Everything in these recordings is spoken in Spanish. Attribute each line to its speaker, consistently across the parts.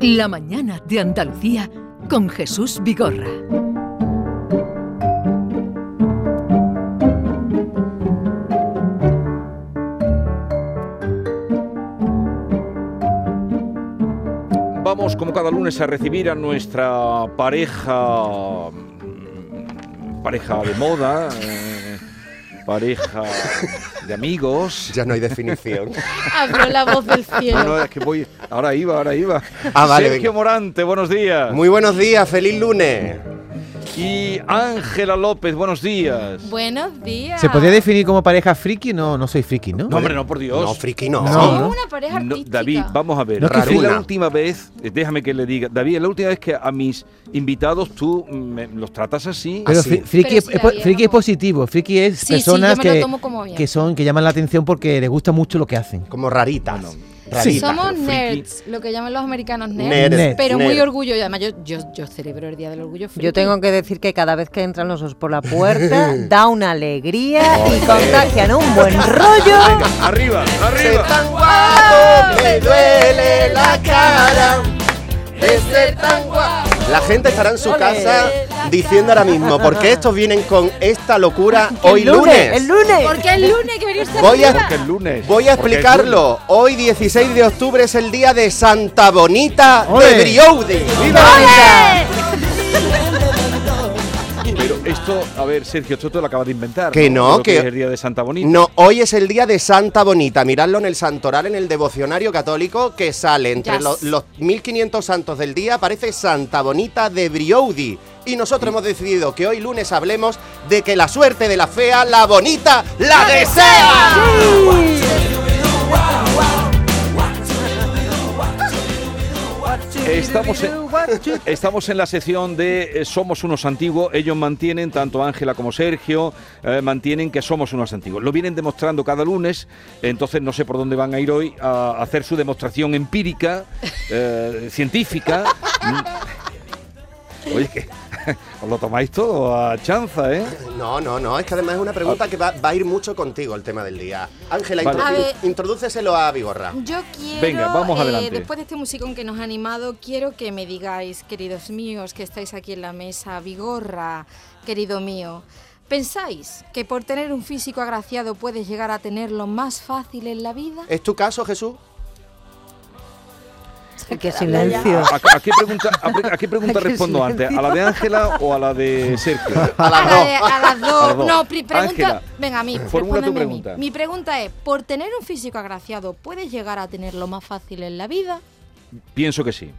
Speaker 1: La mañana de Andalucía con Jesús Vigorra.
Speaker 2: Vamos como cada lunes a recibir a nuestra pareja mm, pareja de moda, eh, pareja de amigos.
Speaker 3: Ya no hay definición.
Speaker 4: Abrió la voz del
Speaker 2: No,
Speaker 4: cielo.
Speaker 2: no, es que voy, ahora iba, ahora iba.
Speaker 3: Ah, vale,
Speaker 2: Sergio
Speaker 3: venga.
Speaker 2: Morante, buenos días.
Speaker 3: Muy buenos días, feliz lunes.
Speaker 2: Y Ángela López, buenos días.
Speaker 4: Buenos días.
Speaker 5: ¿Se podría definir como pareja friki? No, no soy friki, ¿no?
Speaker 2: No, hombre, no, por Dios.
Speaker 3: No, friki no.
Speaker 5: No.
Speaker 4: Es una pareja
Speaker 2: No,
Speaker 4: artística.
Speaker 2: David, vamos a ver.
Speaker 5: No es que
Speaker 2: Fue la
Speaker 3: Raruna.
Speaker 2: última vez, eh, déjame que le diga, David, la última vez que a mis invitados tú mm, me- los tratas así.
Speaker 5: Pero
Speaker 3: Así.
Speaker 5: fri- friki,
Speaker 4: Pero
Speaker 5: es,
Speaker 4: si
Speaker 5: es po-
Speaker 4: David es
Speaker 5: friki es
Speaker 4: como-
Speaker 5: positivo, friki es
Speaker 4: Sí, sí,
Speaker 5: personas
Speaker 4: yo me lo
Speaker 5: que,
Speaker 4: tomo como bien.
Speaker 5: que son que llaman la atención porque les gusta mucho lo que hacen.
Speaker 3: Como raritas. Raritas.
Speaker 5: Sí.
Speaker 4: Somos
Speaker 2: friki.
Speaker 4: nerds, lo que llaman los americanos nerds.
Speaker 3: Nerds,
Speaker 5: Nerds.
Speaker 4: Pero muy
Speaker 3: nerds.
Speaker 4: orgullo. y Además, yo, yo, yo celebro el Día del Orgullo friki.
Speaker 6: Yo tengo que decir que cada vez que entran los dos por la puerta da una alegría y contagian un buen rollo.
Speaker 2: Arriba,
Speaker 3: Soy
Speaker 2: arriba.
Speaker 3: tan guapo, me duele la cara de ser tan guapo. La gente estará en su
Speaker 6: Ole.
Speaker 3: casa diciendo ahora mismo, ¿por qué estos vienen con esta locura hoy
Speaker 6: el lunes,
Speaker 3: lunes?
Speaker 6: el lunes.
Speaker 4: Porque el lunes hay que venirse
Speaker 3: Voy a-
Speaker 4: arriba.
Speaker 2: Porque es lunes.
Speaker 3: Voy
Speaker 2: porque es
Speaker 3: a explicarlo. Hoy 16 de octubre es el día de Santa Bonita
Speaker 5: Ole.
Speaker 3: de Brioude. ¡Viva
Speaker 2: lunes. Pero esto, a ver, Sergio, esto te lo acabas de inventar.
Speaker 3: Que no,
Speaker 2: Lo que,
Speaker 3: que-
Speaker 2: es el día de Santa Bonita.
Speaker 3: No, hoy es el día de Santa Bonita. Miradlo en el santoral, en el devocionario católico que sale entre
Speaker 4: Yes.
Speaker 3: los, los 1500 santos del día. Aparece Santa Bonita de Briodi. Y nosotros hemos decidido que hoy lunes hablemos de que la suerte de la fea, la bonita, la desea.
Speaker 2: Estamos en, estamos en la sección de eh, Somos unos antiguos. Ellos mantienen, tanto Ángela como Sergio, eh, mantienen que somos unos antiguos. Lo vienen demostrando cada lunes, entonces no sé por dónde van a ir hoy a hacer su demostración empírica, eh, científica. Mm. Oye, que os lo tomáis todo a chanza, ¿eh?
Speaker 3: No, no, no. Es que además es una pregunta que va, va a ir mucho contigo el tema del día. Ángela,
Speaker 2: Vale.
Speaker 3: introdu-
Speaker 4: A ver.
Speaker 3: introdúceselo a Vigorra.
Speaker 4: Yo quiero,
Speaker 2: Venga, vamos adelante.
Speaker 4: después de este musicón que nos ha animado, quiero que me digáis, queridos míos, que estáis aquí en la mesa, Vigorra, querido mío, ¿pensáis que por tener un físico agraciado puedes llegar a tenerlo más fácil en la vida?
Speaker 3: ¿Es tu caso, Jesús?
Speaker 6: Qué silencio.
Speaker 2: ¿A, a qué pregunta, a pre- a qué pregunta respondo antes? ¿A la de Ángela o a la de Sergio?
Speaker 3: A las
Speaker 4: la
Speaker 3: dos.
Speaker 4: de- a las dos.
Speaker 2: A las dos.
Speaker 4: No, pri- pregunta.
Speaker 2: Ángela,
Speaker 4: venga, a mí.
Speaker 2: formula tu
Speaker 4: respóndeme a mí.
Speaker 2: pregunta.
Speaker 4: Mi pregunta es: ¿por tener un físico agraciado puedes llegar a tenerlo más fácil en la vida?
Speaker 2: Pienso que sí.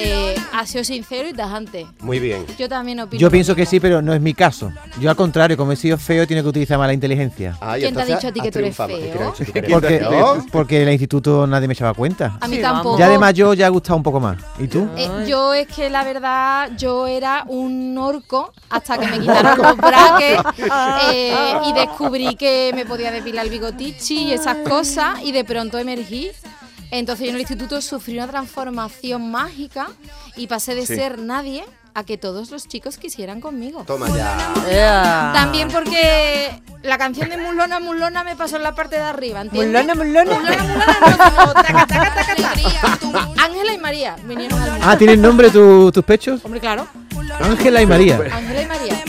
Speaker 4: Eh, ha sido sincero y tajante.
Speaker 3: Muy bien.
Speaker 4: Yo también opino.
Speaker 5: Yo
Speaker 4: lo
Speaker 5: pienso que
Speaker 4: mismo.
Speaker 5: sí, pero no es mi caso. Yo al contrario, como he sido feo, tiene que utilizar mala inteligencia.
Speaker 3: Ay,
Speaker 4: ¿Quién te ha
Speaker 3: entonces
Speaker 4: dicho a ti
Speaker 3: has
Speaker 4: que tú eres
Speaker 3: triunfado. ¿Quién te ha
Speaker 4: feo?
Speaker 3: dicho que tú eres
Speaker 5: Porque, eh,
Speaker 3: feo?
Speaker 5: porque en el instituto nadie me echaba cuenta.
Speaker 4: A mí
Speaker 6: Sí,
Speaker 4: tampoco.
Speaker 5: Ya de mayo ya ha gustado un poco más. ¿Y tú?
Speaker 4: Eh, yo es que la verdad, yo era un orco hasta que me quitaron los braques eh, y descubrí que me podía depilar el bigotichi y esas cosas y de pronto emergí. Entonces yo en el instituto sufrí una transformación mágica y pasé de
Speaker 2: Sí.
Speaker 4: ser nadie a que todos los chicos quisieran conmigo.
Speaker 3: Toma ya.
Speaker 6: Ea.
Speaker 4: También porque la canción de Mulona, Mulona me pasó en la parte de arriba, ¿entiendes?
Speaker 6: Mulona, mulona.
Speaker 4: Mulona, mulona, no, como taca, taca, taca, taca. Ángela y María vinieron al
Speaker 5: Ah, ¿tienen nombre tu- tus pechos?
Speaker 4: Hombre, claro.
Speaker 5: Ángela y María.
Speaker 4: Ángela y María.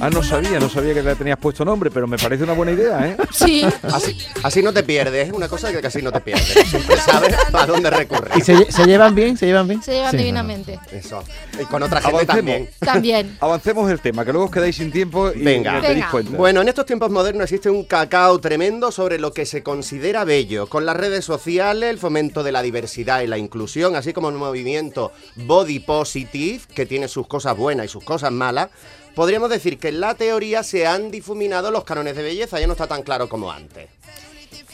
Speaker 2: Ah, no sabía, no sabía que le tenías puesto nombre, pero me parece una buena idea, ¿eh?
Speaker 4: Sí.
Speaker 3: Así, así no te pierdes, es una cosa que casi no te pierdes. Siempre sabes para dónde
Speaker 5: ¿Y
Speaker 3: recurrir.
Speaker 5: se, lle- se llevan bien? ¿Se llevan bien?
Speaker 4: Se llevan
Speaker 5: Sí,
Speaker 4: divinamente.
Speaker 3: Eso. Y con otra gente
Speaker 2: Avancemos.
Speaker 3: también.
Speaker 4: También.
Speaker 2: Avancemos el tema, que luego os quedáis sin tiempo y
Speaker 3: Venga.
Speaker 2: me tenéis
Speaker 4: Venga.
Speaker 2: cuenta.
Speaker 3: Bueno, en estos tiempos modernos existe un cacao tremendo sobre lo que se considera bello, con las redes sociales, el fomento de la diversidad y la inclusión, así como el movimiento body positive, que tiene sus cosas buenas y sus cosas malas. Podríamos decir que en la teoría se han difuminado los cánones de belleza, ya no está tan claro como antes.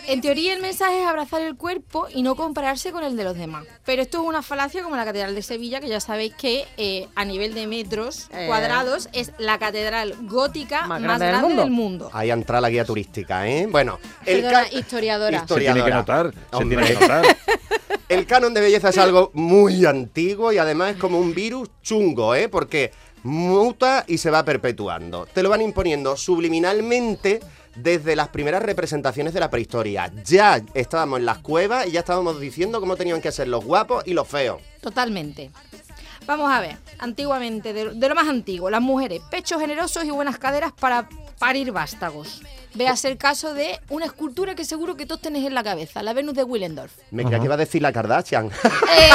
Speaker 4: En teoría el mensaje es abrazar el cuerpo y no compararse con el de los demás. Pero esto es una falacia como la Catedral de Sevilla, que ya sabéis que eh, a nivel de metros
Speaker 6: Eh.
Speaker 4: cuadrados es la catedral gótica más
Speaker 6: Más
Speaker 4: grande,
Speaker 6: grande del mundo.
Speaker 4: del mundo.
Speaker 3: Ahí entra la guía turística, ¿eh? Bueno, el
Speaker 4: Perdona,
Speaker 3: ca-
Speaker 4: historiadora.
Speaker 3: Histo-
Speaker 2: se tiene que
Speaker 3: historiadora.
Speaker 2: notar, se
Speaker 3: Hombre.
Speaker 2: tiene que notar.
Speaker 3: El canon de belleza es algo muy antiguo y además es como un virus chungo, ¿eh? Porque muta y se va perpetuando. Te lo van imponiendo subliminalmente desde las primeras representaciones de la prehistoria. Ya estábamos en las cuevas y ya estábamos diciendo cómo tenían que ser los guapos y los feos.
Speaker 4: Totalmente. Vamos a ver, antiguamente, de, de lo más antiguo, las mujeres, pechos generosos y buenas caderas para parir vástagos. Veas el caso de una escultura que seguro que todos tenéis en la cabeza, la Venus de Willendorf.
Speaker 3: Me creía que iba a decir la Kardashian.
Speaker 4: Eh,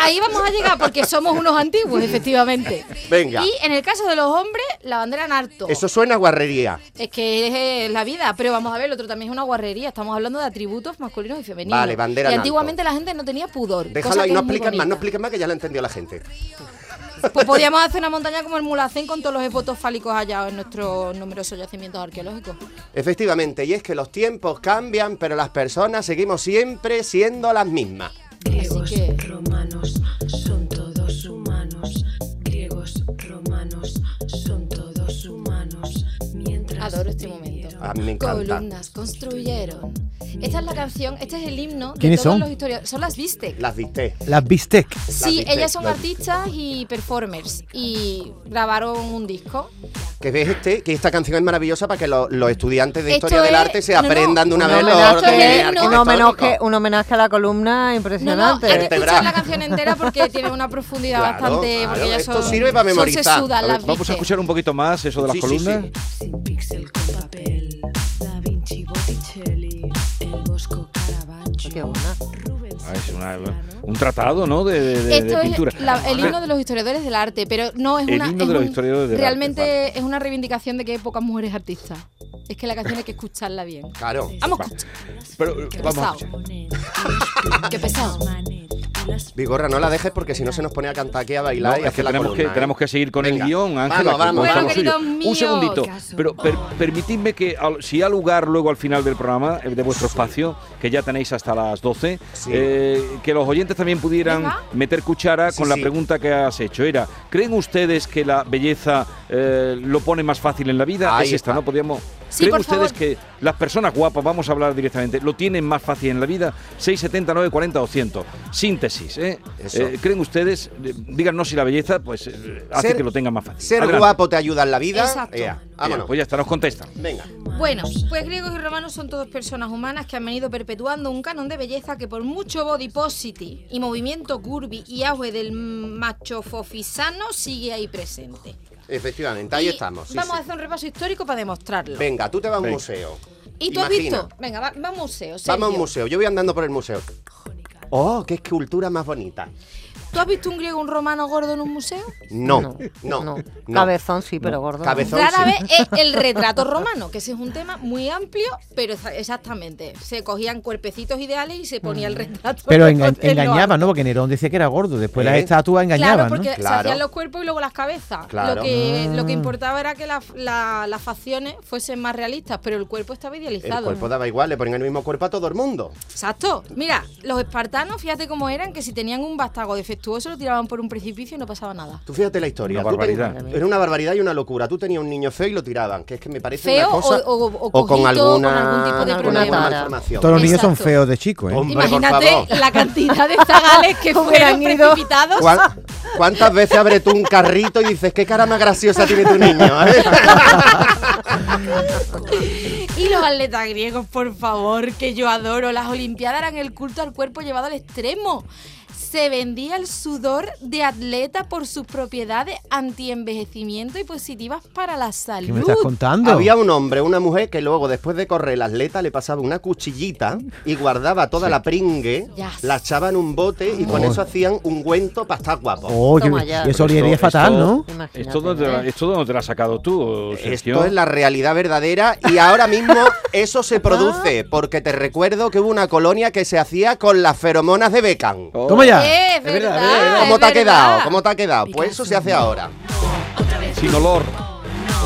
Speaker 4: ahí vamos a llegar porque somos unos antiguos, efectivamente.
Speaker 3: Venga.
Speaker 4: Y en el caso de los hombres, la bandera narto.
Speaker 3: Eso suena a guarrería.
Speaker 4: Es que es eh, la vida, pero vamos a ver, el otro también es una guarrería. Estamos hablando de atributos masculinos y femeninos.
Speaker 3: Vale, bandera en
Speaker 4: Y
Speaker 3: alto.
Speaker 4: antiguamente la gente no tenía pudor.
Speaker 3: Déjalo
Speaker 4: cosa
Speaker 3: ahí,
Speaker 4: que
Speaker 3: no
Speaker 4: es muy
Speaker 3: expliques más, no
Speaker 4: bonita.
Speaker 3: expliques más que ya lo entendió la gente.
Speaker 4: Pues podríamos hacer una montaña como el Mulacén con todos los esbotos fálicos hallados en nuestros numerosos yacimientos arqueológicos.
Speaker 3: Efectivamente, y es que los tiempos cambian, pero las personas seguimos siempre siendo las mismas.
Speaker 7: Griegos,
Speaker 4: que-
Speaker 7: romanos, son todos humanos. Griegos, romanos, son todos humanos. Mientras
Speaker 4: Adoro este momento.
Speaker 3: A mí me encanta.
Speaker 4: Columnas construyeron. Esta es la canción, este es el himno de
Speaker 5: ¿Quiénes
Speaker 4: todos
Speaker 5: son?
Speaker 4: los historiadores. Son las Viste.
Speaker 3: Las dicté.
Speaker 5: Las bistec.
Speaker 4: Sí,
Speaker 3: Viste,
Speaker 4: ellas son
Speaker 3: las
Speaker 4: artistas y performers y grabaron un disco.
Speaker 3: Que ves este, que esta canción es maravillosa para que lo- los estudiantes de
Speaker 4: Esto
Speaker 3: historia del
Speaker 4: es-
Speaker 3: arte se
Speaker 4: no, no,
Speaker 3: aprendan de una
Speaker 6: Un
Speaker 3: vez los
Speaker 4: homenaje-
Speaker 3: órdenes
Speaker 6: homenaje,
Speaker 4: no,
Speaker 6: un,
Speaker 3: arquitectónicos.
Speaker 6: homenaje, un homenaje a la columna
Speaker 4: No, no, hay
Speaker 6: impresionante.
Speaker 4: que escuchar
Speaker 3: Vertebral.
Speaker 4: la canción entera porque tiene una profundidad
Speaker 3: Claro,
Speaker 4: bastante.
Speaker 3: claro,
Speaker 4: porque ellas
Speaker 3: esto
Speaker 4: son-
Speaker 3: sirve para
Speaker 4: son
Speaker 3: memorizar.
Speaker 4: sesudas,
Speaker 3: A ver,
Speaker 4: las
Speaker 2: Vamos a
Speaker 4: Viste.
Speaker 2: escuchar un poquito más eso de las
Speaker 3: Sí, sí,
Speaker 2: columnas.
Speaker 3: sí.
Speaker 7: Sin pixel con papel. Da Vinci Botticelli. El Bosco Caravaggio.
Speaker 6: Qué buena.
Speaker 7: Rubens.
Speaker 2: Ah, es una- un tratado, ¿no? De, de- de- de
Speaker 4: Esto
Speaker 2: pintura.
Speaker 4: es la- el himno de los historiadores del arte, pero no es
Speaker 2: El
Speaker 4: una.
Speaker 2: himno
Speaker 4: es
Speaker 2: de los
Speaker 4: un-
Speaker 2: historiadores del
Speaker 4: Realmente
Speaker 2: arte,
Speaker 4: es una reivindicación de que hay pocas mujeres artistas. Es que la canción hay que escucharla bien.
Speaker 3: Claro.
Speaker 4: Vamos, a escuchar.
Speaker 2: Pero, eh, vamos a
Speaker 4: pesado.
Speaker 2: escuchar.
Speaker 4: qué pesado.
Speaker 3: Vigorra, no la dejes porque si no se nos pone a cantar aquí a bailar y
Speaker 2: No, es que
Speaker 3: hacer la
Speaker 2: tenemos,
Speaker 3: columna,
Speaker 2: que,
Speaker 3: ¿eh?
Speaker 2: tenemos que seguir con
Speaker 3: Venga.
Speaker 2: el guión, Ángela.
Speaker 3: Vamos, vamos,
Speaker 2: que
Speaker 3: vamos.
Speaker 2: son los
Speaker 4: Bueno,
Speaker 2: suyos.
Speaker 4: queridos
Speaker 2: Un segundito.
Speaker 4: míos.
Speaker 2: Pero per- permitidme que, al- si al lugar luego al final del programa, eh, de vuestro espacio, que ya tenéis hasta las 12,
Speaker 3: Sí.
Speaker 2: eh, que los oyentes también pudieran
Speaker 4: Venga.
Speaker 2: meter cuchara
Speaker 3: Sí,
Speaker 2: con la
Speaker 3: sí.
Speaker 2: pregunta que has hecho. Era, ¿creen ustedes que la belleza eh, lo pone más fácil en la vida?
Speaker 3: Ahí
Speaker 2: es esta,
Speaker 3: está.
Speaker 2: ¿no? Podríamos...
Speaker 4: Sí,
Speaker 2: ¿Creen
Speaker 4: por
Speaker 2: ustedes
Speaker 4: favor.
Speaker 2: que Eh, las personas guapas, vamos a hablar directamente, lo tienen más fácil en la vida? 679, 40 o 100. Síntesis, ¿eh?
Speaker 3: Eso.
Speaker 2: Eh, ¿Creen ustedes? eh, Díganos si la belleza pues eh, hace
Speaker 3: Ser-
Speaker 2: que lo tengan más fácil.
Speaker 3: Ser
Speaker 2: Adelante.
Speaker 3: guapo Ah, te ayuda en la vida.
Speaker 4: Exacto.
Speaker 3: Ea,
Speaker 2: Bien,
Speaker 3: vámonos.
Speaker 2: Pues ya está, nos contestan.
Speaker 3: Venga.
Speaker 4: Bueno, pues griegos y romanos son todos personas humanas que han venido perpetuando un canon de belleza que por mucho body positive y movimiento curvy y auge del machofofisano sigue ahí presente.
Speaker 3: Efectivamente, ahí
Speaker 4: Y
Speaker 3: estamos. sí,
Speaker 4: vamos a
Speaker 3: sí.
Speaker 4: hacer un repaso histórico para demostrarlo.
Speaker 3: Venga, tú te vas a un
Speaker 2: Venga.
Speaker 3: museo.
Speaker 4: ¿Y tú
Speaker 3: Imagina.
Speaker 4: has visto? Venga, va, va a un museo,
Speaker 3: Vamos a un
Speaker 4: Sergio.
Speaker 3: museo. Yo voy andando por el museo. Oh, qué escultura más bonita.
Speaker 4: ¿Tú has visto un griego un romano gordo en un museo?
Speaker 3: No, no, no.
Speaker 6: Cabezón sí, pero gordo. no.
Speaker 3: Cabezón. Entonces-
Speaker 4: Rara vez es el retrato romano, que ese es un tema muy amplio, pero exa- exactamente. Se cogían cuerpecitos ideales y se ponía el retrato.
Speaker 5: Mm. Pero
Speaker 4: de
Speaker 5: enga-
Speaker 4: Costello.
Speaker 5: engañaban, ¿no? Porque Nerón decía que era gordo. Después
Speaker 3: ¿Eh?
Speaker 5: las estatuas
Speaker 4: Claro,
Speaker 5: engañaban,
Speaker 4: porque
Speaker 5: ¿no?
Speaker 4: se
Speaker 3: Claro.
Speaker 4: hacían los cuerpos y luego las cabezas.
Speaker 3: Claro.
Speaker 4: Lo, que, lo que importaba era que la- la- las facciones fuesen más realistas, pero el cuerpo estaba
Speaker 3: El
Speaker 4: idealizado.
Speaker 3: cuerpo daba igual, le ponían el mismo cuerpo a todo el mundo.
Speaker 4: Exacto. Mira, los espartanos, fíjate cómo eran, que si tenían un vástago defectuoso lo tiraban por un precipicio y no pasaba nada.
Speaker 3: Tú fíjate la historia.
Speaker 2: Una
Speaker 3: tú ten-
Speaker 2: barbaridad.
Speaker 3: Era una barbaridad y una locura. Tú tenías un niño feo y lo tiraban. Que es que me parece
Speaker 4: Feo
Speaker 3: una cosa.
Speaker 4: o- o- o cojito, con algún tipo de
Speaker 3: alguna
Speaker 6: problema.
Speaker 3: malformación.
Speaker 5: Todos los niños son
Speaker 4: Exacto.
Speaker 5: feos de chico, ¿eh?
Speaker 3: Hombre, por favor.
Speaker 4: Imagínate la cantidad de zagales que fueron
Speaker 6: Hubieran ido.
Speaker 4: precipitados.
Speaker 3: ¿Cuá- ¿Cuántas veces abres tú un carrito y dices, qué cara más graciosa tiene tu niño? eh?"
Speaker 4: Y los atletas griegos, por favor, que yo adoro. Las Olimpiadas eran el culto al cuerpo llevado al extremo. Se vendía el sudor de atleta por sus propiedades antienvejecimiento y positivas para la salud.
Speaker 5: ¿Qué me estás contando?
Speaker 3: Había un hombre, una mujer que luego, después de correr el atleta, le pasaba una cuchillita y guardaba toda la pringue,
Speaker 4: Yes.
Speaker 3: la echaba en un bote y con
Speaker 5: Oh.
Speaker 3: eso hacían ungüento para estar guapo.
Speaker 5: Oh, qué-
Speaker 6: Toma ya.
Speaker 5: eso olería
Speaker 2: Esto-
Speaker 5: fatal,
Speaker 2: esto-
Speaker 5: ¿no?
Speaker 6: Imagínate.
Speaker 2: Esto no, te, la- esto no te lo has sacado tú, Sergio.
Speaker 3: Esto es la realidad verdadera y ahora mismo eso se produce porque te recuerdo que hubo una colonia que se hacía con las feromonas de Beckham.
Speaker 2: Oh.
Speaker 5: Toma ya.
Speaker 4: Eh, es verdad, es
Speaker 3: ¿Cómo te ha
Speaker 4: verdad.
Speaker 3: quedado? ¿Cómo te ha quedado? Pues eso se hace ahora.
Speaker 2: Sin olor.